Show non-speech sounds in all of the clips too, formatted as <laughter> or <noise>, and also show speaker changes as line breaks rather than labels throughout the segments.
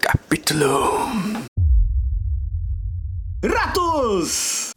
capítulo.
Ratos!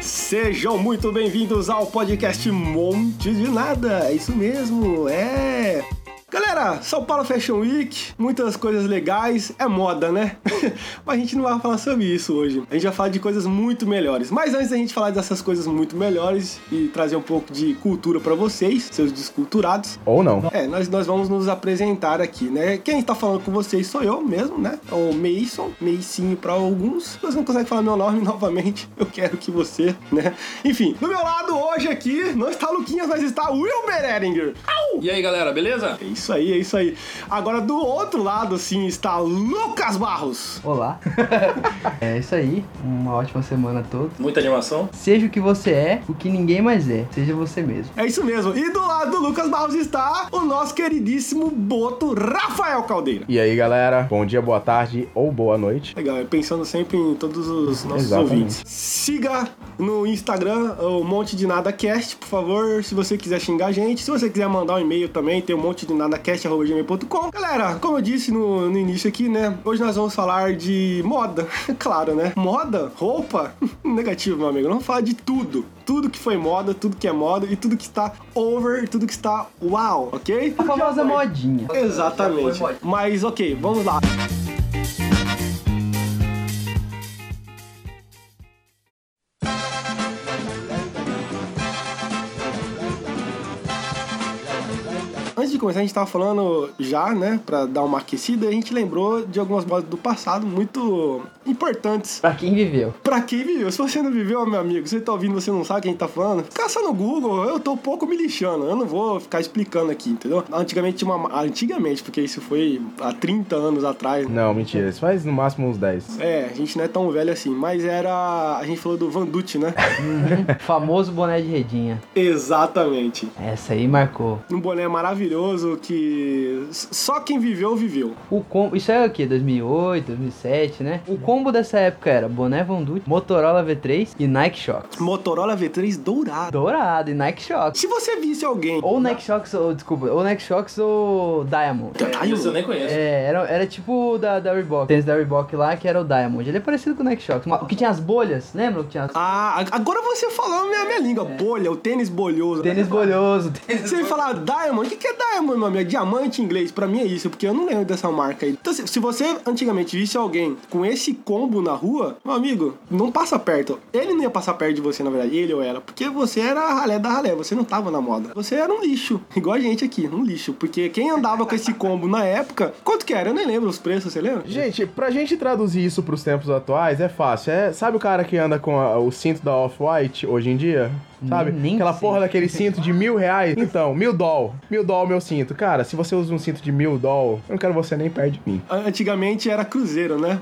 Sejam muito bem-vindos ao podcast Monte de Nada, é isso mesmo, é. Galera, São Paulo Fashion Week, muitas coisas legais, é moda, né? <laughs> Mas a gente não vai falar sobre isso hoje. A gente vai falar de coisas muito melhores. Mas antes da gente falar dessas coisas muito melhores e trazer um pouco de cultura pra vocês, seus desculturados,
Ou não.
é, nós, nós vamos nos apresentar aqui, né? Quem tá falando com vocês sou eu mesmo, né? É O Mason, Meicinho pra alguns. Se você não consegue falar meu nome <laughs> novamente, eu quero que você, né? Enfim, do meu lado hoje aqui, não está Luquinhas, mas está Wilber Eringer. Au!
E aí galera, beleza?
É isso aí, é isso aí. Agora do outro lado, sim, está Lucas Barros.
<laughs>
Olá. é isso aí. Uma ótima semana a todos.
Muita animação.
Seja o que você é, o que ninguém mais é. Seja você mesmo.
É isso mesmo. E do lado do Lucas Barros está o nosso queridíssimo Boto Rafael Caldeira.
E aí, galera? Bom dia, boa tarde ou boa noite.
Legal, é pensando sempre em todos os nossos
Exatamente.
ouvintes. Siga no Instagram o Monte de Nada Cast, por favor, se você quiser xingar a gente. Se você quiser mandar um e-mail também, tem o monte de nadacast.gmail.com. Galera, como eu disse no, no início aqui, né? Hoje nós vamos falar de moda, <laughs> claro, né? Moda, roupa, <laughs> negativo, meu amigo. Não falar de tudo. Tudo que foi moda, tudo que é moda e tudo que está over, tudo que está uau, ok?
A famosa modinha.
Exatamente. Mas ok, vamos lá. Antes de começar, a gente tava falando já, né, pra dar uma aquecida, a gente lembrou de algumas modas do passado muito importantes
Pra quem
<laughs>
viveu.
Pra quem viveu, se você não viveu, meu amigo, você tá ouvindo, você não sabe quem tá falando, caça no Google, eu tô um pouco me lixando, eu não vou ficar explicando aqui, entendeu? Antigamente tinha uma. Antigamente, porque isso foi há 30 anos atrás, né?
Não, mentira. Isso faz no máximo uns 10.
É, a gente não é tão velho assim, mas era. A gente falou do Vandute, né?
Uhum. famoso boné de redinha.
Exatamente.
Essa aí marcou.
Um boné maravilhoso que. s- Só quem viveu, viveu.
O combo, isso é o que? 2008, 2007, né? O combo dessa época era boné Von Dutch, Motorola V3 e Nike Shox.
Motorola V3 dourado.
Dourado e Nike Shox.
Se você visse alguém.
Ou Nike Shox, ou desculpa, ou Nike Shox ou Diamond.
Ai,
isso eu nem conheço.
É, era, era tipo o da, da Reebok. Tênis da Reebok lá, que era o Diamond. Ele é parecido com o Nike Shox. O que tinha as bolhas, lembra o que tinha as...
Ah, a- agora você falando minha, minha língua. Bolha, o tênis bolhoso.
Tênis bolhoso.
Você me falar Diamond, o que, que é Diamond, meu amigo? É Diamante em inglês, pra mim é isso, porque eu não lembro dessa marca aí. Então, se, se você antigamente visse alguém com esse combo na rua, meu amigo, não passa perto. Ele não ia passar perto de você, na verdade, ele ou ela, porque você era a ralé da ralé, você não tava na moda. Você era um lixo, igual a gente aqui, um lixo, porque quem andava com esse combo na época, quanto que era? Eu nem lembro os preços, você lembra?
Gente, pra gente traduzir isso pros tempos atuais é fácil. É, sabe o cara que anda com a- o cinto da Off-White hoje em dia? Sabe?
Nem
Aquela
sei.
porra daquele cinto de mil reais. Então, mil doll. Mil doll, meu cinto. Cara, se você usa um cinto de mil doll, eu não quero você nem perto de mim.
Antigamente era cruzeiro,
<laughs>
né?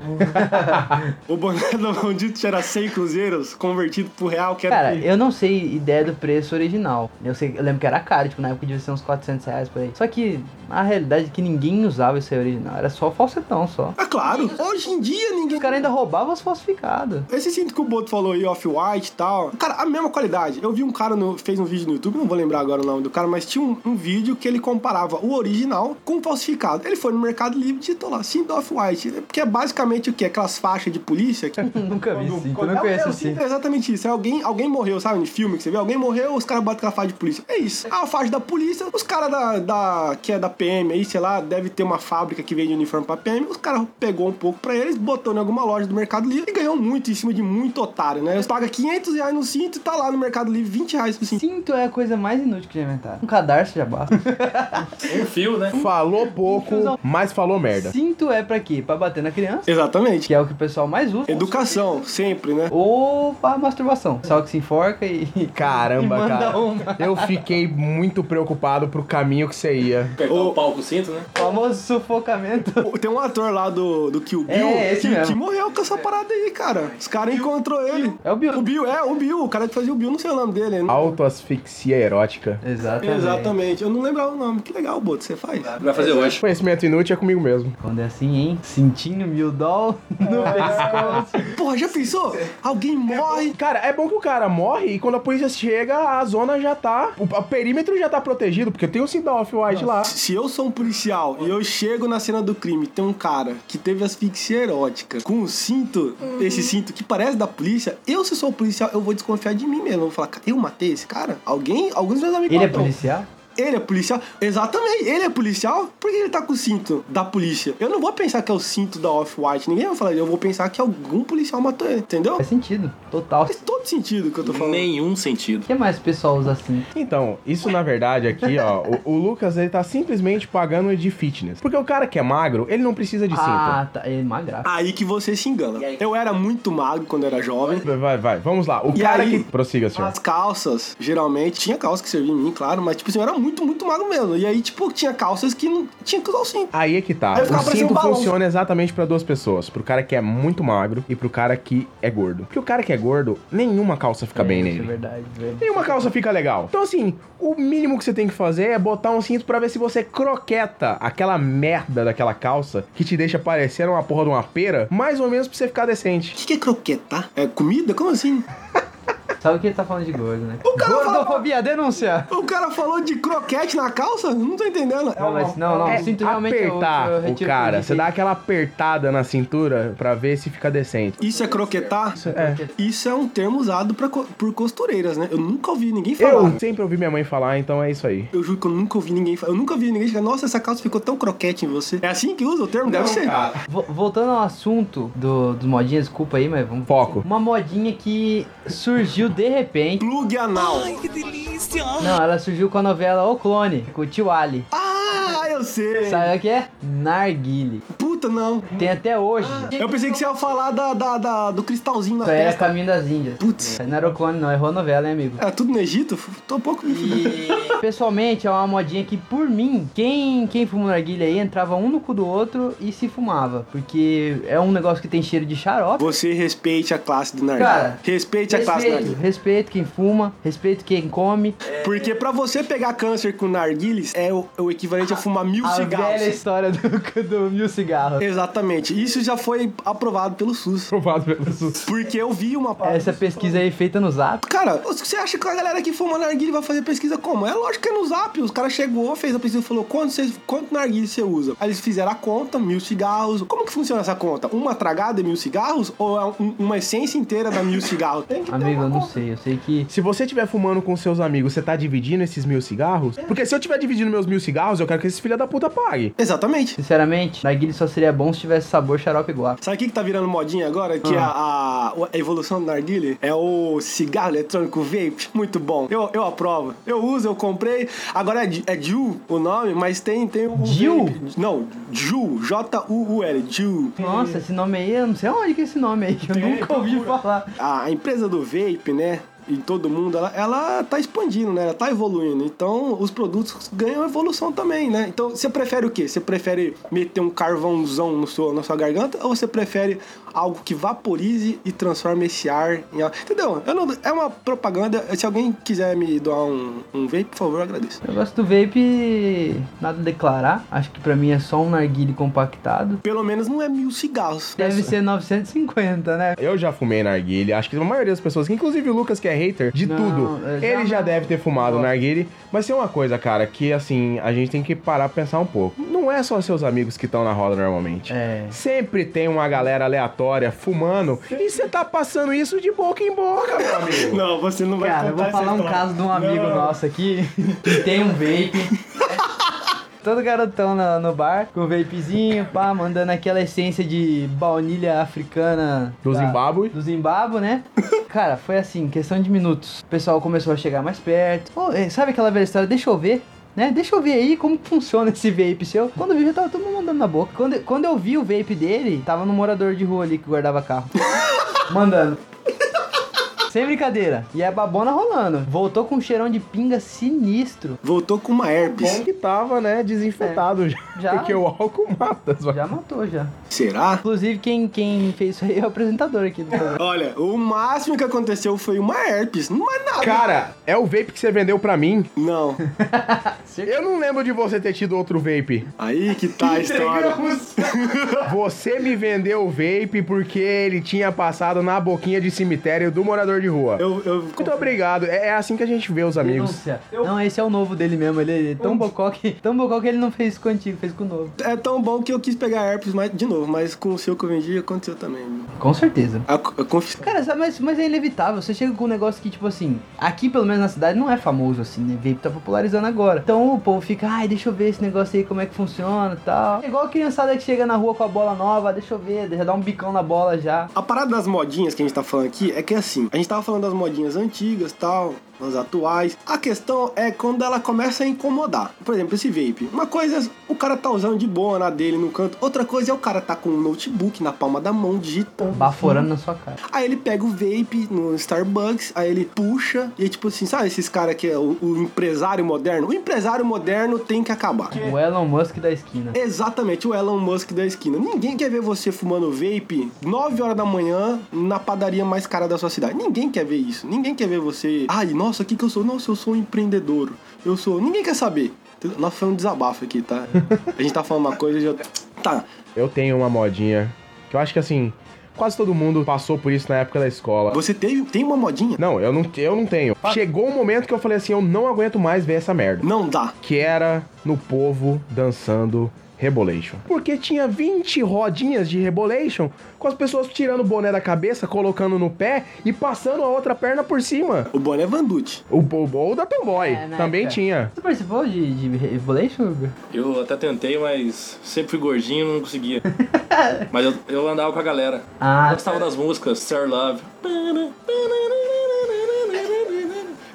o boné do Maldito era 100 cruzeiros, convertido pro real, que era...
Cara, eu não sei ideia do preço original. Eu, sei, eu lembro que era caro, tipo, na época devia ser uns 400 reais por aí. Só que a realidade é que ninguém usava isso aí original. Era só falsetão, só.
Ah, claro. Hoje em dia ninguém.
Os caras ainda roubavam os falsificados.
Esse cinto que o Boto falou aí, off-white e tal. Cara, a mesma qualidade. Eu vi um cara no, fez um vídeo no YouTube, não vou lembrar agora o nome do cara, mas tinha um, um vídeo que ele comparava o original com o falsificado. Ele foi no Mercado Livre e digitou lá, cinto off-white. Que é basicamente o quê? Aquelas faixas de polícia. Que...
Nunca vi
Quando-
cinto,
quando-
não
é, é,
conheço
o
cinto.
cinto é exatamente isso. É alguém, alguém morreu, sabe? Em filme que você vê, alguém morreu, os caras botam aquela faixa de polícia. É isso. Ah, A faixa da polícia, os caras da, da- que é da PM aí, sei lá, deve ter uma fábrica que vende uniforme pra PM. Os caras pegou um pouco pra eles, botou em alguma loja do Mercado Livre e ganhou muito em cima de muito otário, né? Eles pagam 500 reais no cinto e tá lá no Mercado Livre 20 reais pro cinto.
Cinto é a coisa mais inútil que já inventaram. Um cadarço já basta.
Um fio, né?
Falou pouco,
Então,
mas falou merda.
Cinto é pra quê? Pra bater na criança,
Exatamente.
que é o que o pessoal mais usa.
Educação, sempre, né?
Ou pra masturbação. Só que se enforca e. <laughs>
Caramba,
E manda
cara.
uma.
Eu fiquei muito preocupado pro caminho que você ia.
Apertar
Ô.
o pau com o cinto, né?
famoso sufocamento.
Tem um ator lá do, do Kill Bill
É, esse
que,
mesmo.
que morreu com essa parada aí, cara. Os caras encontrou ele.
É o Bill.
O Bill, é, o Bill, o cara que fazia o Bill, não sei o nome dele. né?
Autoasfixia erótica.
Exatamente.
Exatamente. Eu não lembrava o nome. Que legal, Boto, você faz.
Vai fazer hoje.
Conhecimento inútil é comigo mesmo.
Quando é assim, hein? Cintinho mil
<laughs>
doll no pescoço.
Porra, já pensou? Alguém morre.
Cara, é bom que o cara morre e quando a polícia chega, a zona já tá. O, o perímetro já tá protegido, porque tem o sinal off-white lá.
Se eu sou um policial e eu chego na cena do crime tem um cara que teve asfixia erótica com um cinto, esse cinto que parece da polícia, eu se sou um policial, eu vou desconfiar de mim mesmo. Eu vou falar, "Cara, eu matei esse cara? Alguém? Alguns dos meus amigos
Ele é
matou."
policial?
Ele é policial? Exatamente, ele é policial? Por que ele tá com o cinto da polícia? Eu não vou pensar que é o cinto da Off-White, ninguém vai falar, eu vou pensar que algum policial matou ele, entendeu?
Faz sentido, total.
Faz
O
todo sentido que eu tô falando.
Nenhum sentido.
que mais o pessoal usa assim?
Então, isso na verdade aqui, ó, o, o Lucas ele tá simplesmente pagando de fitness. Porque o cara que é magro, ele não precisa de cinto.
Ah, tá. Ele é magra.
Aí que você se engana. Eu era muito magro quando era jovem.
Vai, vai, vamos lá. O
E
cara
aí?
que. Prossiga, senhor.
As calças, geralmente, tinha calça que servia em mim, claro, mas tipo assim, eu era muito, muito magro mesmo. E aí, tipo, tinha calças que não tinha que usar o cinto.
Aí é que tá.
Ah. Aí eu ficava
O
parecendo
cinto
um balão.
funciona exatamente pra duas pessoas. Pro cara que é muito magro e pro cara que é gordo. Porque o cara que é gordo, nenhuma calça fica bem
Isso é
nele.
verdade, velho.
Nenhuma calça fica legal. Então, assim, o mínimo que você tem que fazer é botar um cinto pra ver se você croqueta aquela merda daquela calça que te deixa parecer uma porra de uma pera, mais ou menos pra você ficar decente.
O que, que é croqueta? É comida? Como assim?
Sabe o que ele tá falando de gordo, né?
O cara fala-
Gordofobia, denúncia!
O cara falou de croquete na calça? Não tô entendendo.
Não, mas não, não.
É,
sinto realmente eu-
apertar
eu
o
retiro
cara.
isso
Você
aí.
dá aquela apertada na cintura pra ver se fica decente.
Isso é croquetar?
É.
Isso é um termo usado pra, co- por costureiras, né? Eu nunca ouvi ninguém falar.
Eu sempre ouvi minha mãe falar, então é isso aí.
Eu juro que eu nunca ouvi ninguém falar. Eu nunca ouvi ninguém chegar, nossa, essa calça ficou tão croquete em você. É assim que usa o termo? Deve ser.
Vo- Voltando ao assunto do, dos modinhas, desculpa aí, mas vamos.
Foco.
Uma modinha que surgiu de repente.
Plug anal.
Não, ela surgiu com a novela O Clone, com o tio Ali.
Ah, eu sei.
Sabe o que é? Narguile.
Puta, não.
Tem até hoje.
Eu pensei que você ia falar da, da- da- do cristalzinho na
Isso aí é era
testa.
Caminho das Índias. É,
Putz.
Não era o clone, não. Errou a novela, hein, amigo?
É tudo no Egito? F- Tô um pouco me fudendo.
Pessoalmente, é uma modinha que, por mim, quem, quem fuma narguilha aí entrava um no cu do outro e se fumava. Porque é um negócio que tem cheiro de xarope.
Você respeite a classe do nariz.
Cara,
respeite a classe né? É, do
Respeito,
nariz.
respeito quem fuma, respeito quem come.
Porque pra você pegar câncer com narguiles é o, é o equivalente a fumar mil
a
cigarros.
velha história do, <laughs> do mil cigarros.
Exatamente. Isso já foi aprovado pelo SUS.
Provado pelo SUS.
Porque eu vi uma.
Essa pesquisa aí feita no zap.
Cara, você acha que a galera que fuma narguile vai fazer pesquisa como? É lógico que é no zap. Os caras chegou, fez a pesquisa e falou quanto, vocês, quanto narguile você usa. Aí eles fizeram a conta, mil cigarros. Como que funciona essa conta? Uma tragada é mil cigarros ou é um- uma essência inteira da mil cigarros? Tem que ter
Amigo,
uma
eu não
conta.
sei. Eu sei que.
Se você estiver fumando com seus amigos, você tá dividindo esses mil cigarros? Porque se eu tiver dividindo meus mil cigarros, eu quero que esses filha da puta pague.
Exatamente.
Sinceramente, narguilha só seria bom se tivesse sabor xarope guapo.
Sabe o que, que tá virando modinha agora? Que é a, a evolução do narguile é o cigarro eletrônico vape. Muito bom. Eu, eu aprovo. Eu uso, eu comprei. Agora é, Ju- é Ju o nome, mas tem, tem o.
Ju?
vape. Não, Ju. J-U-U-L. Ju.
Nossa, esse nome aí, eu não sei onde que é esse nome aí,
<laughs>
que eu
tá
nunca ouvi falar.
A, a empresa do vape, né? E todo mundo, ela, ela tá expandindo, né? Ela tá evoluindo. Então, os produtos ganham evolução também, né? Então, você prefere o quê? Você prefere meter um carvãozão no seu, na sua garganta? Ou você prefere algo que vaporize e transforme esse ar em... al- Entendeu? Eu não- é uma propaganda. Se alguém quiser me doar um, um vape, por favor, eu agradeço.
Eu gosto do vape, nada a declarar. Acho que pra mim é só um narguile compactado.
Pelo menos não é mil cigarros.
Deve ser 950, né?
Eu já fumei narguile, acho que a maioria das pessoas, inclusive o Lucas que é hater de
Não,
tudo,
eu já
ele já
não.
deve ter fumado
Gosto.
narguile. Mas tem uma coisa, cara, que assim, a gente tem que parar pra pensar um pouco. Não é só seus amigos que estão na roda normalmente.
É.
Sempre tem uma galera aleatória fumando e você tá passando isso de boca em boca,
<laughs>
meu amigo.
Não, você não vai
Cara, eu
contar
vou
essa
falar um
história.
caso de um amigo
Não.
nosso aqui que tem um
<laughs>
vape. Todo garotão na- no, bar, com o vapezinho, pá, mandando aquela essência de baunilha africana Tá.
Do
da-
Zimbábue.
Do Zimbábue, né? Cara, foi assim, questão de minutos. O pessoal começou a chegar mais perto. Ô, eh, sabe aquela velha história? Deixa eu ver. Né? Deixa eu ver aí como que <laughs> funciona esse vape seu. Quando eu vi, já tava todo mundo mandando na boca. Quando, quando eu vi o vape dele, tava no morador de rua ali que guardava carro. mandando. Sem brincadeira. E a babona rolando. Voltou com um cheirão de pinga sinistro.
Voltou com uma herpes.
Bom que tava, né, desinfetado já,
É. Já.
Porque o álcool mata. as
Já matou, já.
Será?
Inclusive, quem, quem fez isso aí é o apresentador aqui do programa.
Olha, o máximo que aconteceu foi uma herpes. Não é nada.
Cara, é o vape que você vendeu pra mim.
Não.
Eu não lembro de você ter tido outro vape.
Aí que tá a história.
Você me vendeu o vape porque ele tinha passado na boquinha de cemitério do morador de rua.
Eu, eu...
Muito obrigado. É é assim que a gente vê os amigos.
Denúncia. Não, esse é o novo dele mesmo. Ele é tão bocó que, tão bocó que ele não fez com o antigo, fez com o novo.
É tão bom que eu quis pegar herpes mais, de novo, mas com o seu que eu vendi aconteceu também. viu?
Com certeza.
A, a confissão.
Cara, sabe, mas, mas é inevitável. Você chega com um negócio que, tipo assim, aqui pelo menos na cidade não é famoso assim, né? Vape tá popularizando agora. Então o povo fica, ai, deixa eu ver esse negócio aí, como é que funciona e tal. É igual a criançada que chega na rua com a bola nova, deixa eu ver, já dá um bicão na bola já.
A parada das modinhas que a gente tá falando aqui é que assim, a gente tava falando das modinhas antigas tal, das atuais. A questão é quando ela começa a incomodar. Por exemplo, esse vape. Uma coisa é o cara tá usando de boa na dele no canto, outra coisa é o cara tá com um notebook na palma da mão digitando.
Baforando na sua cara.
Aí ele pega o vape no Starbucks, aí ele puxa, e é tipo assim, sabe esses caras que é o, o empresário moderno? O empresário moderno tem que acabar.
O Elon Musk da esquina.
Exatamente, o Elon Musk da esquina. Ninguém quer ver você fumando vape 9 horas da manhã na padaria mais cara da sua cidade. Ninguém quer ver isso. Ninguém quer ver você. Ai, nossa, o que, que eu sou? Nossa, eu sou um empreendedor. Eu sou. Ninguém quer saber. Entendeu? Nossa, foi um desabafo aqui, tá? A gente tá falando uma coisa e já. Tá.
Eu tenho uma modinha que eu acho que assim, quase todo mundo passou por isso na época da escola.
Você teve, tem uma modinha?
Não, eu não, eu não tenho. Chegou um momento que eu falei assim, eu não aguento mais ver essa merda.
Não dá.
que era no povo dançando Rebolation. Porque tinha 20 rodinhas de Rebolation com as pessoas tirando o boné da cabeça, colocando no pé e passando a outra perna por cima.
O boné é Vandute.
O Bobo da Tomboy
É, na
também
época.
tinha.
Você participou de, de Revelation, Hugo?
Eu até tentei, mas sempre fui gordinho e não <laughs> conseguia. mas eu, eu andava com a galera.
Ah,
Eu gostava das músicas, Sir Love.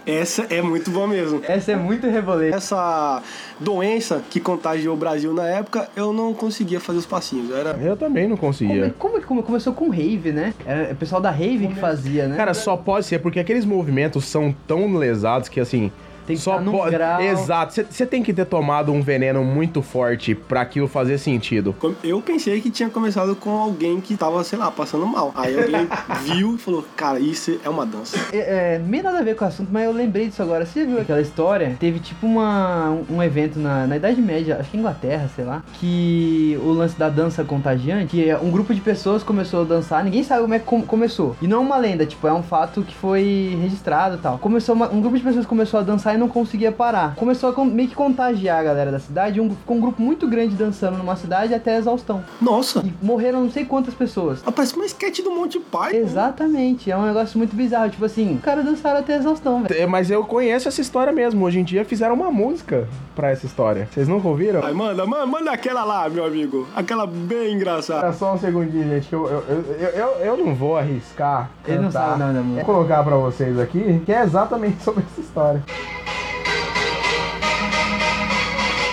Essa é muito boa mesmo.
essa é muito Revelation.
Essa doença que contagiou o Brasil na época, eu não conseguia fazer os passinhos. Eu Era
Eu também não
Como,
conseguia.
como que come- começou com Rave, né? Era o pessoal da Rave que fazia, né?
Cara, só pode ser porque aqueles movimentos são tão lesados que assim.
Tem que
só
tá num
pode-
grau.
Exato. Você tem que ter tomado um veneno muito forte pra aquilo fazer sentido.
Com- Eu pensei que tinha começado com alguém que tava, sei lá, passando mal. Aí alguém viu e falou, cara, isso é uma dança.
É, é, meio nada a ver com o assunto, mas eu lembrei disso agora. Você já viu aquela história? Teve tipo uma, um evento na, na Idade Média, acho que Inglaterra, sei lá, que o lance da dança contagiante, que é um grupo de pessoas começou a dançar, ninguém sabe como é que com- começou. E não é uma lenda, tipo, é um fato que foi registrado e tal. Começou uma- um grupo de pessoas começou a dançar e não conseguia parar. Começou a con- meio que contagiar a galera da cidade, um, ficou um grupo muito grande dançando numa cidade até a exaustão.
Nossa,
E morreram não sei quantas pessoas.
ah, parece uma sketch do Monty Python.
Exatamente, é um negócio muito bizarro. Tipo assim, o cara dançaram até a exaustão, velho.
É, Mas eu conheço essa história mesmo. Hoje em dia fizeram uma música pra essa história. Vocês nunca ouviram?
Aí manda, manda, manda aquela lá, meu amigo. Aquela bem engraçada.
Espera só um segundinho, gente, que eu, eu, eu, eu- eu, eu não vou arriscar.
Ele não
cantar.
sabe o nome da música.
Vou colocar pra vocês aqui, que é exatamente <laughs> sobre essa história.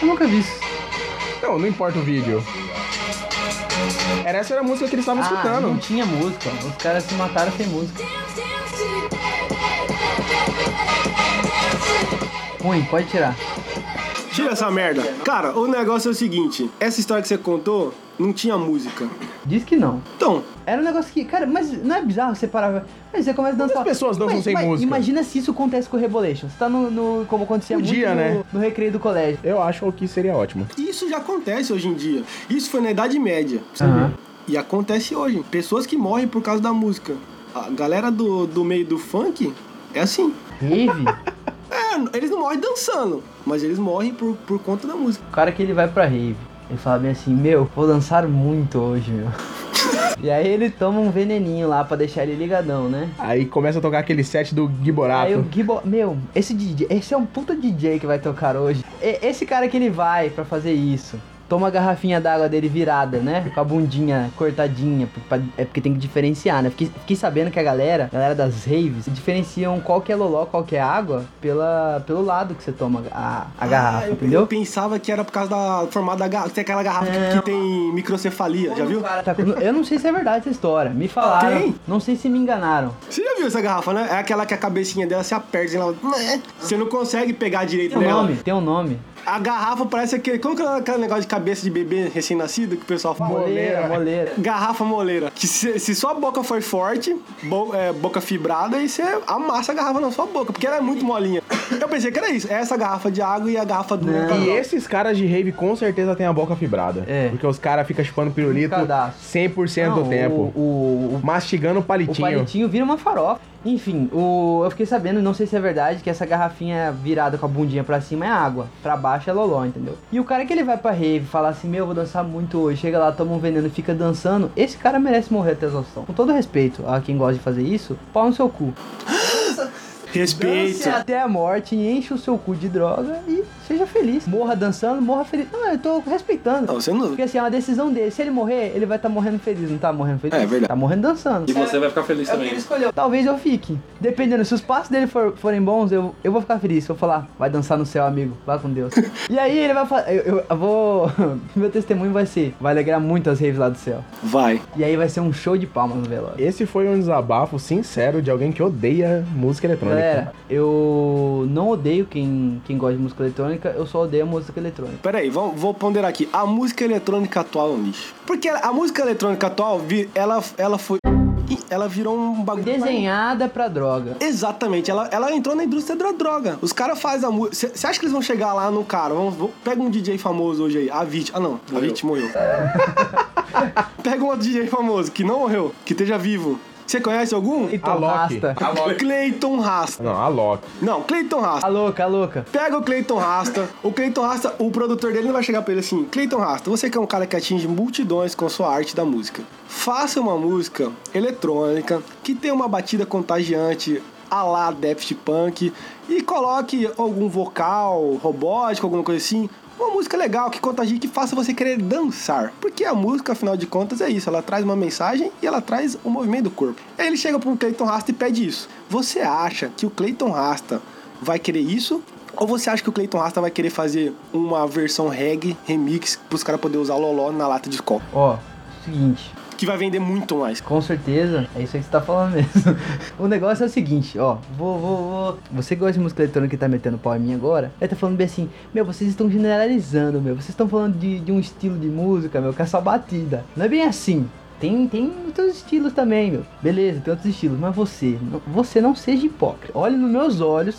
Eu nunca vi isso.
Não, não importa o vídeo. Era essa era a música que eles estavam
Ah, não
escutando.
tinha música. Os caras se mataram sem música. Ruim, pode tirar.
Tira essa merda. Cara, o negócio é o seguinte: essa história que você contou não tinha música.
Diz que não.
Então,
Era um negócio que, cara, mas não é bizarro você parar. Mas você começa a dançar.
as pessoas dançam
Mas-
sem
mas
música?
Imagina se isso acontece com o Rebolation. Você tá no. no- como acontecia
Podia,
muito no,
né?
no recreio do colégio.
Eu acho que seria ótimo.
isso já acontece hoje em dia. Isso foi na Idade Média. pra você
Aham.
ver. E acontece hoje. Pessoas que morrem por causa da música. A galera do, do meio do funk é assim.
Rave?
É, eles não morrem dançando, mas eles morrem por, por conta da música.
o cara que ele vai pra Rave. Ele fala bem assim, meu, vou dançar muito hoje, meu. <laughs> e aí ele toma um veneninho lá pra deixar ele ligadão, né?
Aí começa a tocar aquele set do
Aí o
Giborato.
Gibo, meu, esse DJ, esse é um puta DJ que vai tocar hoje. E- esse cara que ele vai pra fazer isso. toma a garrafinha d'água dele virada, né? Com a bundinha cortadinha. pra- pra- é porque tem que diferenciar, né? Fiquei, fiquei sabendo que a galera, a galera das raves, diferenciam qual que é loló, qual que é água, pela, pelo lado que você toma a, a garrafa,
Ah, eu,
entendeu? É.
eu pensava que era por causa da formada da garrafa. Tem aquela garrafa que- que, tem microcefalia, já viu?
Cara, tá com- Eu não sei se é verdade essa história. Me falaram.
Tem?
Não sei se me enganaram.
Você já viu essa garrafa, né? É aquela que a cabecinha dela se aperta e ela. né? Você não consegue pegar direito
Tem um
nela.
nome? Tem um nome.
A garrafa parece aquele. Como que é aquele negócio de cabeça de bebê recém-nascido que o pessoal fala?
Moleira, um moleira.
Garrafa moleira. Que se, se sua boca for forte, bo- é, boca fibrada, aí você amassa a garrafa na sua boca, porque ela é muito molinha. Eu pensei que era isso. Essa garrafa de água e a garrafa do.
E esses caras de rave com certeza tem a boca fibrada.
É.
Porque os caras ficam chupando pirulito
Cadastro.
100%
Não,
do tempo.
O, o- o
Mastigando
O
palitinho.
palitinho vira uma farofa. Enfim, o, eu fiquei sabendo, não sei se é verdade, que essa garrafinha virada com a bundinha pra cima é água, pra baixo é loló, entendeu? E o cara que ele vai pra rave, fala assim, meu, eu vou dançar muito hoje, chega lá, toma um veneno e fica dançando, esse cara merece morrer até exaustão. Com todo respeito a quem gosta de fazer isso, pau no seu cu.
Respeito.
Dance até a morte, enche o seu cu de droga e seja feliz. Morra dançando, morra feliz. Não, eu tô respeitando.
Não, você não.
Porque assim, é uma decisão dele. Se ele morrer, ele vai estar morrendo feliz, não tá morrendo feliz?
É verdade.
Tá morrendo dançando.
E você vai ficar feliz
É o que
também.
ele
né?
escolheu. Talvez eu fique. Dependendo, se os passos dele for- forem bons, eu, eu vou ficar feliz. Eu vou falar, vai dançar no céu, amigo. Vai com
<laughs>
Deus. e aí ele vai falar, eu, eu- eu vou. <laughs> Meu testemunho vai ser, vai alegrar muito as raves lá do céu.
Vai.
E aí vai ser um show de palmas no velório.
Esse foi um desabafo sincero de alguém que odeia música eletrônica.
Galera, eu não odeio quem, quem gosta de música eletrônica, eu só odeio a música eletrônica.
Peraí, vamos, vou ponderar aqui. A música eletrônica atual é um lixo. Porque a música eletrônica atual, vi- ela, ela foi. Ih, Ela virou um bagulho.
Desenhada pra droga.
Exatamente, ela, ela entrou na indústria da droga. Os caras fazem a música. Você acha que eles vão chegar lá no cara? Vamos, vamos- pega um DJ famoso hoje aí, a Vit. Ah, não, a Vit morreu. pega um outro DJ famoso que não morreu, que esteja vivo. Você conhece algum?
Então,
Alok.
rasta.
Clayton Rasta.
Não, a Loki.
Não, Clayton Rasta.
A louca, a louca.
Pega o Cleiton Rasta. O Cleiton Rasta, o produtor dele não vai chegar pra ele assim: Cleiton Rasta, você que é um cara que atinge multidões com sua arte da música. Faça uma música eletrônica que tenha uma batida contagiante a la Daft Punk e coloque algum vocal robótico, alguma coisa assim. Uma música legal que contagie, que faça você querer dançar. Porque a música, afinal de contas, é isso. Ela traz uma mensagem e ela traz o movimento do corpo. Aí ele chega pro Cleiton Rasta e pede isso. Você acha que o Cleiton Rasta vai querer isso? Ou você acha que o Clayton Rasta vai querer fazer uma versão reggae, remix, pros caras poderem usar loló na lata de copo?
Ó, seguinte.
Que vai vender muito mais.
Com certeza, é isso aí que você tá falando mesmo. <laughs> o negócio é o seguinte, ó. Vou, vou, vou. Você que gosta de música eletrônica e tá metendo pau em mim agora, aí tá falando bem assim, meu, vocês estão generalizando, meu. Vocês estão falando de, de um estilo de música, meu, que é só batida. Não é bem assim. Tem, tem outros estilos também, meu. Beleza, tem outros estilos. Mas você, não- você não seja hipócrita. Olhe nos meus olhos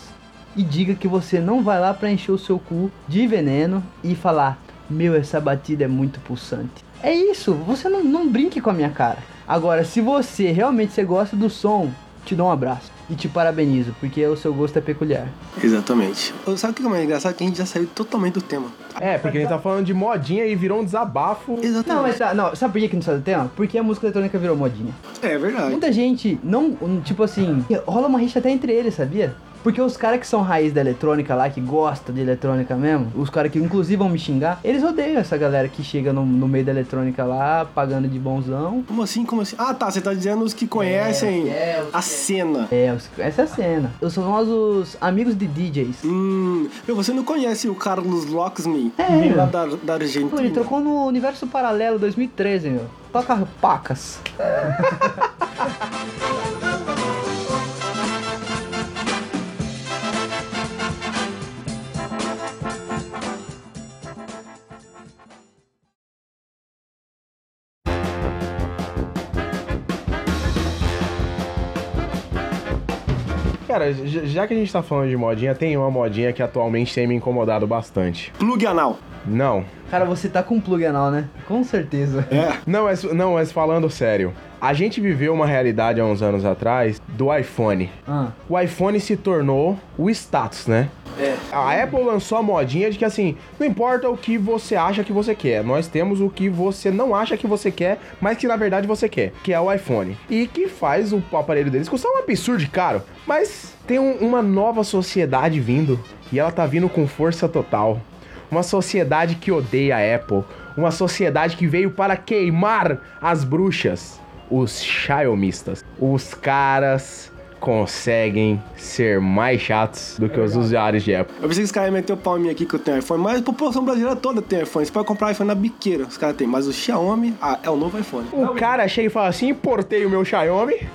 e diga que você não vai lá pra encher o seu cu de veneno e falar, meu, essa batida é muito pulsante. É isso, você não, não brinque com a minha cara. Agora, se você realmente você gosta do som, te dou um abraço e te parabenizo, porque o seu gosto é peculiar.
Exatamente. Sabe o que é mais engraçado? Que a gente já saiu totalmente do tema.
É, porque ele tá falando de modinha e virou um desabafo.
Exatamente.
Não, mas tá, não, sabe por que que não sai do tema? Porque a música eletrônica virou modinha.
É verdade.
Muita gente não, um, tipo assim, rola uma rixa até entre eles, sabia? Porque os caras que são raiz da eletrônica lá, que gosta de eletrônica mesmo, os caras que inclusive vão me xingar, eles odeiam essa galera que chega no, no meio da eletrônica lá, pagando de bonzão.
Como assim? Como assim? Ah, tá. Você tá dizendo os que conhecem a cena.
É, os- essa é a cena. Os famosos amigos de DJs.
Hum. Meu, você não conhece o Carlos Locksmith?
É.
Lá da, da
Pô, ele
Argentina.
trocou no Universo Paralelo 2013, meu. Toca pacas.
Cara, j- já que a gente tá falando de modinha, tem uma modinha que atualmente tem me incomodado bastante.
Plug anal.
Não.
Cara, você tá com plug anal, né? Com certeza.
É.
Não, mas, não, mas falando sério. A gente viveu uma realidade há uns anos atrás do iPhone.
Ah,
O iPhone se tornou o status, né? É. A Apple lançou a modinha de que assim, não importa o que você acha que você quer, nós temos o que você não acha que você quer, mas que na verdade você quer, que é o iPhone. E que faz o aparelho deles custar um absurdo de caro, mas tem um- uma nova sociedade vindo e ela tá vindo com força total. Uma sociedade que odeia a Apple, uma sociedade que veio para queimar as bruxas, os Shyomistas. Os caras conseguem ser mais chatos do que os usuários de Apple.
Eu pensei que os caras iam meter o pau em mim aqui que eu tenho iPhone, mas a população brasileira toda tem iPhone. Você pode comprar iPhone na biqueira, os caras têm. Mas o Xiaomi ah, é o novo iPhone.
O Um cara chega e fala assim: importei o meu Xiaomi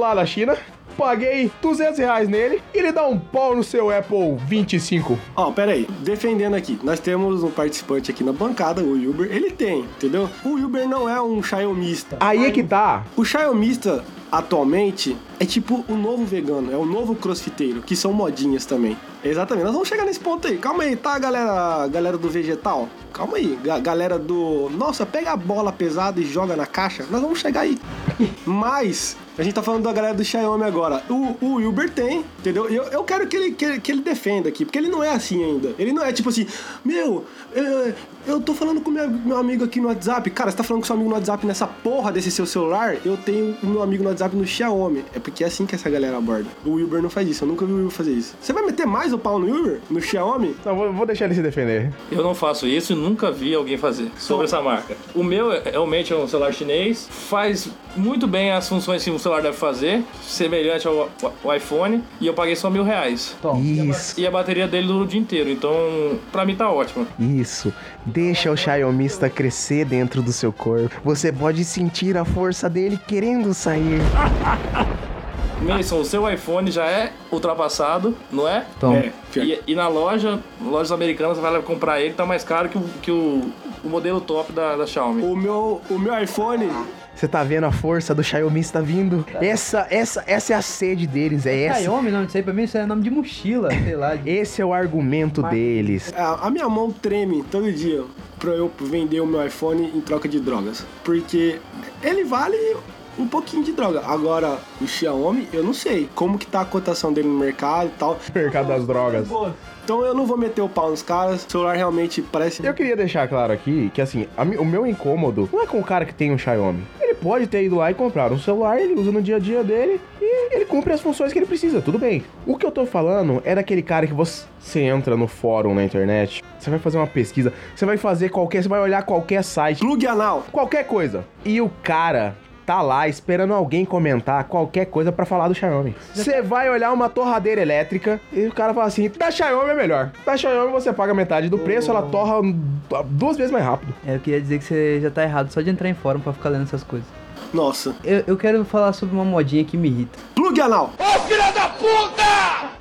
lá da China, paguei 200 reais nele e ele dá um pau no seu Apple 25.
Ó, pera aí, defendendo aqui, nós temos um participante aqui na bancada, o Uber, ele tem, entendeu? O Uber não é um Xiaomista.
Aí é que tá.
O Xiaomista atualmente é tipo o novo vegano, é o novo crossfiteiro, que são modinhas também. Exatamente, nós vamos chegar nesse ponto aí. Calma aí, tá, galera, galera do vegetal? Calma aí, ga- galera do. Nossa, pega a bola pesada e joga na caixa. Nós vamos chegar aí. <laughs> Mas, a gente tá falando da galera do Xiaomi agora. O, o Wilber tem, entendeu? E Eu, eu quero que ele, que, ele- que ele defenda aqui, porque ele não é assim ainda. Ele não é tipo assim, meu, eu, eu tô falando com minha- meu amigo aqui no WhatsApp. Cara, você tá falando com seu amigo no WhatsApp nessa porra desse seu celular? Eu tenho o meu amigo no WhatsApp no Xiaomi. É porque é assim que essa galera aborda. O Wilber não faz isso, eu nunca vi o Wilber fazer isso. Você vai meter mais o pau no Wilber? No Xiaomi?
Então vou, vou deixar ele se defender.
Eu não faço isso e nunca vi alguém fazer sobre essa marca. O meu é- realmente é um celular chinês, faz muito bem as funções que um celular deve fazer, semelhante ao, ao iPhone, e eu paguei só mil reais.
Tom,
Isso,
E a bateria dele dura o dia inteiro, então pra mim tá ótimo.
isso. Deixa o Xiaomista crescer dentro do seu corpo. Você pode sentir a força dele querendo sair.
Mason, o seu iPhone já é ultrapassado, não é?
Tom.
É, pior que-
E, e na loja, lojas americanas, você vai lá comprar ele, tá mais caro que o, que o, o modelo top da, da Xiaomi.
O meu, o meu iPhone
Você tá vendo a força do Xiaomista vindo? Essa, essa, essa é a sede deles, é essa.
Xiaomi, nome disso aí pra mim, isso é nome de mochila, sei lá. de-
Esse é o argumento deles.
É, A, a minha mão treme todo dia pra eu vender o meu iPhone em troca de drogas. Porque ele vale um pouquinho de droga. Agora, o Xiaomi, eu não sei como que tá a cotação dele no mercado e tal.
Mercado das drogas.
Então eu não vou meter o pau nos caras. O celular realmente parece.
Eu queria deixar claro aqui que, assim, a mi- o meu incômodo não é com o cara que tem um Xiaomi. Ele pode ter ido lá e comprado um celular, ele usa no dia a dia dele e ele cumpre as funções que ele precisa, tudo bem. O que eu tô falando é daquele cara que você, você entra no fórum na internet, você vai fazer uma pesquisa, você vai fazer qualquer, você vai olhar qualquer site,
Plug anal.
qualquer coisa. E o cara tá lá esperando alguém comentar qualquer coisa pra falar do Xiaomi. Você vai olhar uma torradeira elétrica e o cara fala assim: da Xiaomi é melhor. Da Xiaomi você paga metade do preço,
Oh.
ela torra hum, duas vezes mais rápido.
É, eu queria dizer que você já tá errado só de entrar em fórum pra ficar lendo essas coisas.
Nossa.
Eu, eu quero falar sobre uma modinha que me irrita.
Plug anal.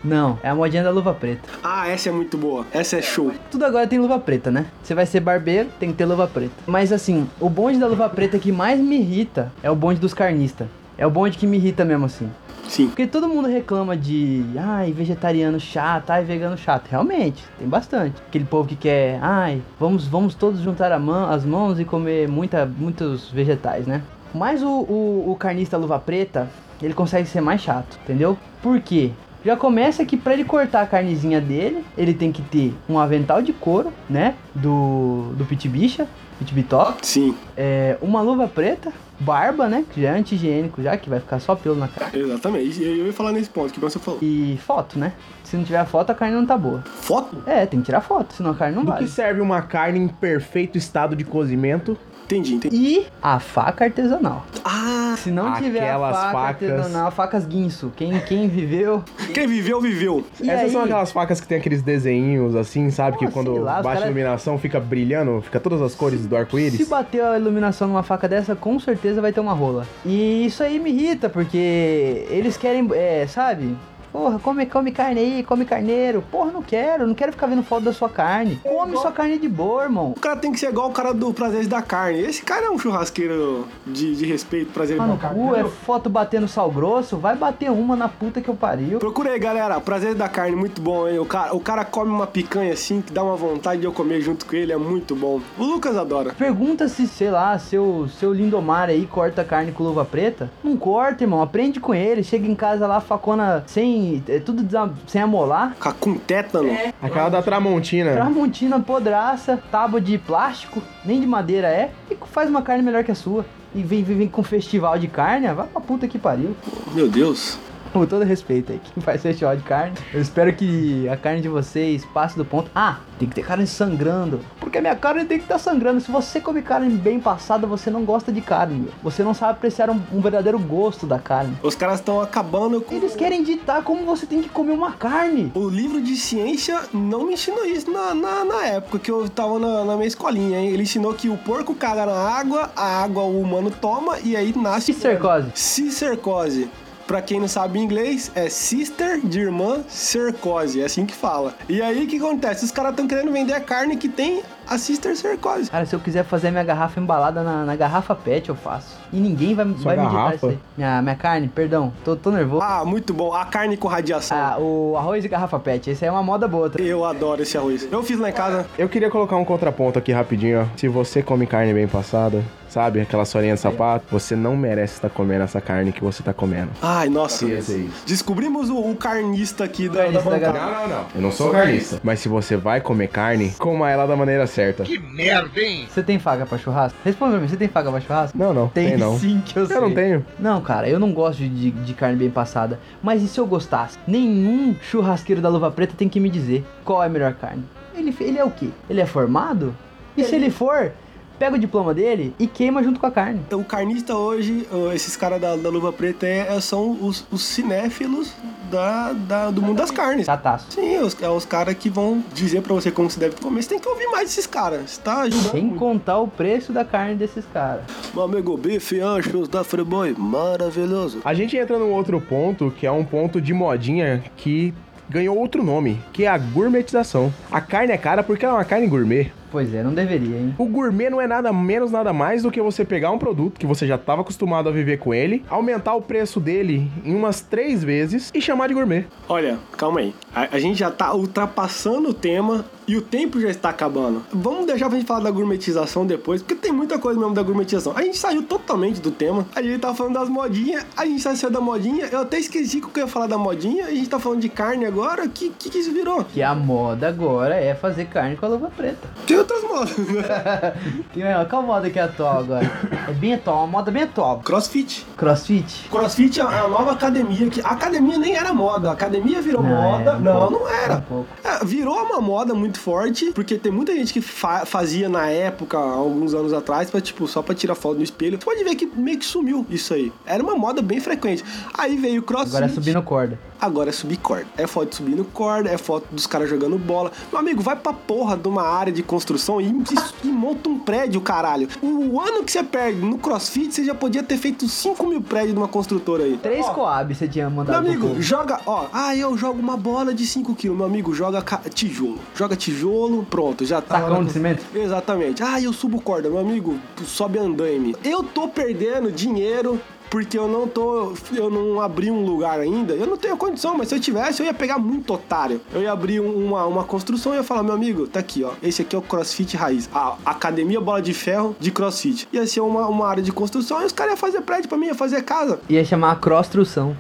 Não, é a modinha da luva preta.
Ah, essa é muito boa. Essa é show.
Tudo agora tem luva preta, né? Você vai ser barbeiro, tem que ter luva preta. Mas assim, o bonde da luva preta que mais me irrita é o bonde dos carnistas. É o bonde que me irrita mesmo assim.
Sim.
Porque todo mundo reclama de, ai, vegetariano chato, ai, vegano chato. Realmente, tem bastante. Aquele povo que quer, ai, vamos, vamos todos juntar a mão, as mãos e comer muita, muitos vegetais, né? Mas o, o, o carnista luva preta, ele consegue ser mais chato, entendeu? Por quê? Já começa que pra ele cortar a carnezinha dele, ele tem que ter um avental de couro, né? Do, do pitibicha, pitibitoca.
Sim.
É, uma luva preta, barba, né? Que já é anti-higiênico já, que vai ficar só pelo na cara.
Exatamente. Eu, eu ia falar nesse ponto. Que bom que você falou.
E foto, né? Se não tiver foto, a carne não tá boa.
Foto?
É, tem que tirar foto, senão a carne não
Do
vale.
que serve uma carne em perfeito estado de cozimento?
Entendi, entendi.
E a faca artesanal.
Ah,
Se não tiver a
Aquelas
faca
facas-
artesanal, facas guinso. Quem, quem viveu.
quem viveu, viveu.
E
Essas
aí,
são aquelas facas que tem aqueles desenhinhos assim, sabe?
Ah,
que quando
sei lá, os
baixa a
cara-
iluminação fica brilhando, fica todas as cores
Se
do arco-íris.
bater a iluminação numa faca dessa, com certeza vai ter uma rola. E isso aí me irrita, porque eles querem, é, sabe? Porra, come, come carne aí, come carneiro. Porra, não quero, não quero ficar vendo foto da sua carne. Come sua carne de boa, irmão.
O cara tem que ser igual o cara do Prazeres da Carne. Esse cara é um churrasqueiro de, de respeito, Prazeres
Mano,
da Carne.
cu é foto batendo sal grosso, vai bater uma na puta que eu pariu.
Procura aí, galera. Prazeres da Carne, muito bom, hein? O cara, o cara come uma picanha assim, que dá uma vontade de eu comer junto com ele, é muito bom. O Lucas adora.
Pergunta se, sei lá, seu, seu lindomar aí corta carne com luva preta. Não corta, irmão. Aprende com ele. Chega em casa lá, facona sem. é tudo desa- sem amolar.
Ca- Com tétano.
Aquela da Tramontina.
Tramontina podraça, tábua de plástico, nem de madeira é. E faz uma carne melhor que a sua. E vem, vem, vem com festival de carne, ah, vai pra puta que pariu.
Meu Deus.
Com todo respeito aí, quem faz festival de carne. Eu espero que a carne de vocês passe do ponto. Ah, tem que ter carne sangrando. Porque a minha carne tem que estar sangrando. Se você come carne bem passada, você não gosta de carne, meu. Você não sabe apreciar um, um verdadeiro gosto da carne.
Os caras estão acabando com.
Eles querem ditar como você tem que comer uma carne.
O livro de ciência não me ensinou isso na, na, na época que eu tava na, na minha escolinha, hein? Ele ensinou que o porco caga na água, a água o humano toma e aí nasce.
Cistercose.
Cistercose. Pra quem não sabe inglês, é sister de irmã cercose, é assim que fala. E aí o que acontece? Os caras estão querendo vender a carne que tem a sister cercose.
Cara, se eu quiser fazer minha garrafa embalada na, na garrafa pet, eu faço. E ninguém vai,
Sua
vai me ditar
garrafa?
isso aí. Minha, minha carne, perdão, tô, tô nervoso.
Ah, muito bom. A carne com radiação.
Ah, o arroz e garrafa pet, esse aí é uma moda boa. tá?
Eu adoro esse arroz. Eu fiz lá em casa.
Eu queria colocar um contraponto aqui rapidinho, ó. Se você come carne bem passada, sabe, aquela sorinha de sapato, você não merece estar comendo essa carne que você tá comendo.
Ai, nossa.
Esse aí.
Descobrimos o, o carnista aqui da,
Carnista
da
da
bancada.
galera.
não, não. Eu não sou carnista. Mas se você vai comer carne, coma ela da maneira certa.
Você tem faca pra churrasco? Responda pra mim, você tem faca pra churrasco?
Não, não. Tem, não.
sim que eu, sei.
Eu não tenho.
Não, cara, eu não gosto de, de carne bem passada. Mas e se eu gostasse? Nenhum churrasqueiro da luva preta tem que me dizer qual é a melhor carne. Ele, ele é o quê? Ele é formado? E se ele for, pega o diploma dele e queima junto com a carne.
Então, O carnista hoje, ó, esses caras da, da luva preta, é- é- são os, os cinéfilos da, da- do mundo das carnes.
Cataço.
Sim, os, é os caras que vão dizer pra você como você deve comer. Você tem que ouvir mais esses caras. Você tá ajudando
Sem
muito.
contar o preço da carne desses caras.
Meu amigo, bife, anchos da Freboy, maravilhoso.
A gente entra num outro ponto, que é um ponto de modinha que ganhou outro nome, que é a gourmetização. A carne é cara porque ela é uma carne gourmet.
Pois é, não deveria, hein?
O gourmet não é nada menos, nada mais do que você pegar um produto que você já estava acostumado a viver com ele, aumentar o preço dele em umas três vezes e chamar de gourmet.
Olha, calma aí. A, a gente já tá ultrapassando o tema e o tempo já está acabando. Vamos deixar pra gente falar da gourmetização depois, porque tem muita coisa mesmo da gourmetização. A gente saiu totalmente do tema. A gente tá falando das modinhas, a gente já saiu da modinha. Eu até esqueci que eu ia falar da modinha. A gente tá falando de carne agora. Que que, que isso virou?
Que a moda agora é fazer carne com a luva preta.
Tem outras modas, né?
Tem, ó, qual moda que é atual agora? É bem atual, uma moda bem atual.
<laughs> Crossfit.
Crossfit?
Crossfit é a nova academia. Que, a academia nem era moda. A academia virou
Não,
moda.
é, um
não,
pouco,
não era.
um pouco.
É, virou uma moda muito forte, porque tem muita gente que fa- fazia na época, alguns anos atrás, pra, tipo, só pra tirar foto no espelho. Você pode ver que meio que sumiu isso aí. Era uma moda bem frequente. Aí veio o crossfit.
Agora é subindo corda.
Agora é subir corda. É foto subindo corda, é foto dos caras jogando bola. Meu amigo, vai pra porra de uma área de construção e, e monta um prédio, caralho. O ano que você perde no crossfit, você já podia ter feito 5 mil prédios numa construtora aí.
Três
Ó,
coab você tinha
meu
mandado. pro
amigo,
povo.
joga, ó. Ah, eu jogo uma bola de 5kg. Meu amigo, joga ca- tijolo. Joga tijolo, pronto, já tá.
Sacão de cimento?
<laughs> Exatamente. Ah, eu subo corda. Meu amigo, sobe andaime. Eu tô perdendo dinheiro. Porque eu não tô. Eu não abri um lugar ainda. Eu não tenho condição, mas se eu tivesse, eu ia pegar muito otário. Eu ia abrir um- uma, uma construção e ia falar: meu amigo, tá aqui, ó. Esse aqui é o crossfit raiz. A academia bola de ferro de crossfit. Ia ser uma, uma área de construção e os caras iam fazer prédio pra mim, ia fazer casa.
Ia chamar a crostrução.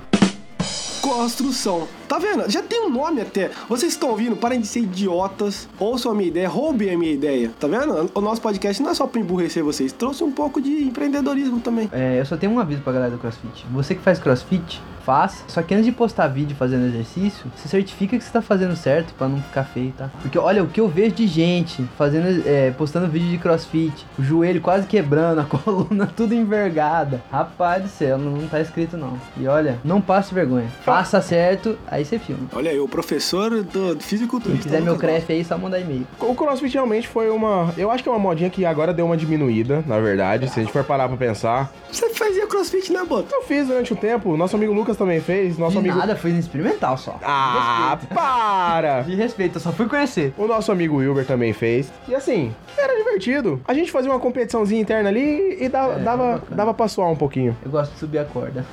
Construção. Tá vendo? Já tem um nome até. Vocês estão ouvindo? Parem de ser idiotas. Ouçam a minha ideia, roubem a minha ideia. Tá vendo? O nosso podcast não é só pra emburrecer vocês. Trouxe um pouco de empreendedorismo também.
É, eu só tenho um aviso pra galera do crossfit. Você que faz crossfit, faz. Só que antes de postar vídeo fazendo exercício, se certifica que você tá fazendo certo pra não ficar feio, tá? Porque olha o que eu vejo de gente fazendo, é, postando vídeo de crossfit. O joelho quase quebrando, <laughs> a coluna tudo envergada. Rapaz do céu, não, não tá escrito não. E olha, não passe vergonha. Faça certo, aí você filma.
Olha aí, o professor do do
Quem
fisiculturista.
quiser meu
Lucas
crefe aí, só mandar e-mail.
O crossfit realmente foi uma. Eu acho que é uma modinha que agora deu uma diminuída, na verdade, se a gente for parar pra pensar.
Barros. Você fazia crossfit, né, Boto?
Eu fiz durante o tempo, nosso amigo Lucas também fez, nosso
De
amigo.
nada, fui experimental só.
Ah, para!
De respeito, eu só fui conhecer.
O nosso amigo Wilber também fez. E assim, era divertido. A gente fazia uma competiçãozinha interna ali e dava,
É,
dava,
bacana.
dava pra suar um pouquinho.
Eu gosto de subir a corda.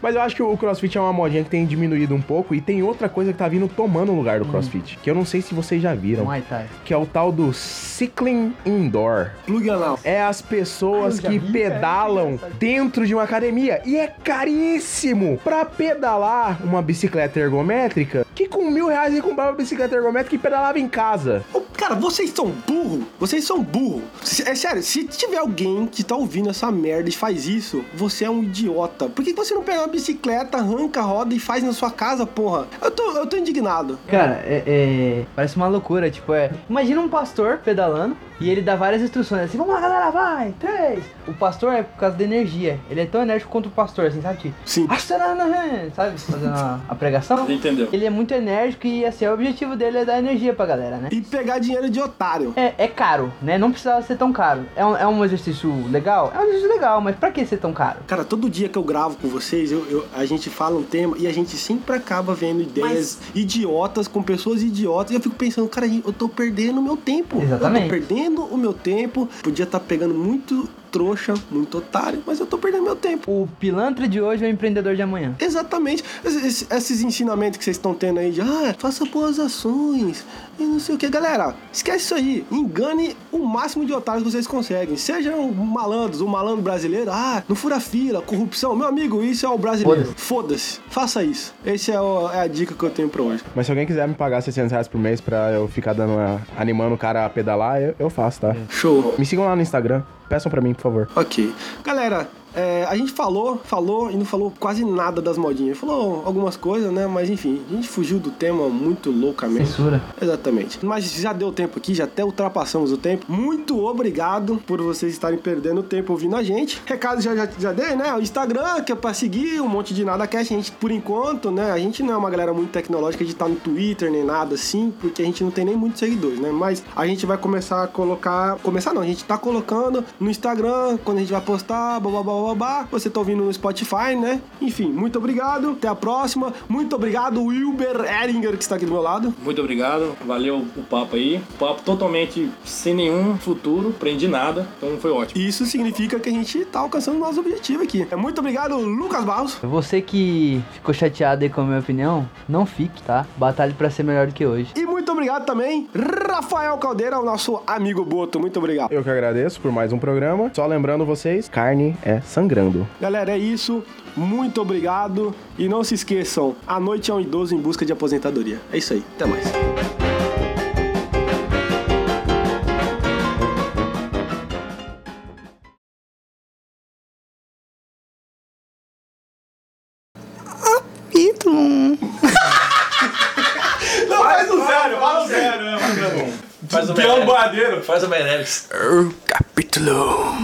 Mas eu acho que o crossfit é uma modinha que tem diminuído um pouco. E tem outra coisa que tá vindo tomando o lugar do
Hum.
crossfit. Que eu não sei se vocês já viram.
Muay Thai.
Que é o tal do cycling indoor.
Plug anal.
É as pessoas
Ah, eu já
que
vi,
pedalam dentro de uma academia. E é caríssimo pra pedalar uma bicicleta ergométrica. Que com mil reais ele comprava uma bicicleta ergométrica e pedalava em casa.
O Cara, vocês são burro. Vocês são burro. Se- É sério, se tiver alguém que tá ouvindo essa merda e faz isso, você é um idiota. Por que que você não pega uma bicicleta, arranca a roda e faz na sua casa, porra? Eu tô, eu tô indignado.
Cara, é, é- parece uma loucura, tipo, é... Imagina um pastor pedalando e ele dá várias instruções, assim, vamos lá, galera, vai, três. O pastor é por causa da energia, ele é tão enérgico quanto o pastor, assim, sabe? Tipo,
Sim.
"Astana", sabe, fazendo a, a pregação.
Entendeu?
Ele é muito enérgico e, assim, o objetivo dele é dar energia pra galera, né?
E pegar dinheiro de otário.
É, é caro, né? Não precisava ser tão caro. É um, é um exercício legal? É um exercício legal, mas pra que ser tão caro?
Cara, todo dia que eu gravo com vocês, eu, eu- a gente fala um tema e a gente sempre acaba vendo ideias idiotas com pessoas idiotas. E eu fico pensando, cara, eu tô perdendo o meu tempo.
Exatamente.
Eu tô perdendo o meu tempo. Podia estar pegando muito trouxa, muito otário, mas eu tô perdendo meu tempo.
O pilantra de hoje é o empreendedor de amanhã.
Exatamente. Esses, esses ensinamentos que vocês estão tendo aí de ah, faça boas ações e não sei o que. Galera, esquece isso aí. Engane o máximo de otários que vocês conseguem. Sejam malandros, o malandro brasileiro, ah, não fura fila, corrupção. Meu amigo, isso é o brasileiro. Foda-se. Faça isso. Essa é, o- é a dica que eu tenho pra hoje.
Mas se alguém quiser me pagar 600 reais por mês pra eu ficar dando uma- animando o cara a pedalar, eu, eu faço, tá?
É.
Show.
Me sigam lá no Instagram. Peçam pra mim, por favor.
Ok. Galera, é, a gente falou, falou e não falou quase nada das modinhas. Falou algumas coisas, né? Mas enfim, a gente fugiu do tema muito loucamente.
Censura.
Exatamente. Mas já deu tempo aqui, já até ultrapassamos o tempo. Muito obrigado por vocês estarem perdendo tempo ouvindo a gente. Recado já, já, já dei, né? O Instagram, que é pra seguir, um monte de nada cast. A gente, por enquanto, né? A gente não é uma galera muito tecnológica de estar no Twitter nem nada assim, porque a gente não tem nem muitos seguidores, né? Mas a gente vai começar a colocar. Começar não, a gente tá colocando no Instagram, quando a gente vai postar, blá blá blá blá blá. Você tá ouvindo no Spotify, né? Enfim, muito obrigado. Até a próxima. Muito obrigado, Wilber Eringer, que está aqui do meu lado.
Muito obrigado, valeu o papo aí. Papo totalmente sem nenhum futuro, aprendi nada, então foi ótimo.
Isso significa que a gente tá alcançando o nosso objetivo aqui. Muito obrigado, Lucas Barros.
Você que ficou chateado aí com a minha opinião, não fique, tá? Batalhe pra ser melhor do que hoje.
E muito obrigado também, Rafael Caldeira, o nosso amigo Boto. Muito obrigado.
Eu que agradeço por mais um programa. Só lembrando vocês, carne é sangrando.
Galera, é isso. Muito obrigado. E não se esqueçam, a noite é um idoso em busca de aposentadoria. É isso aí. Até mais.
Faz o zero, fala o zero.
Faz o
Pião boadeiro.
Faz o Meirelles.
Capítulo.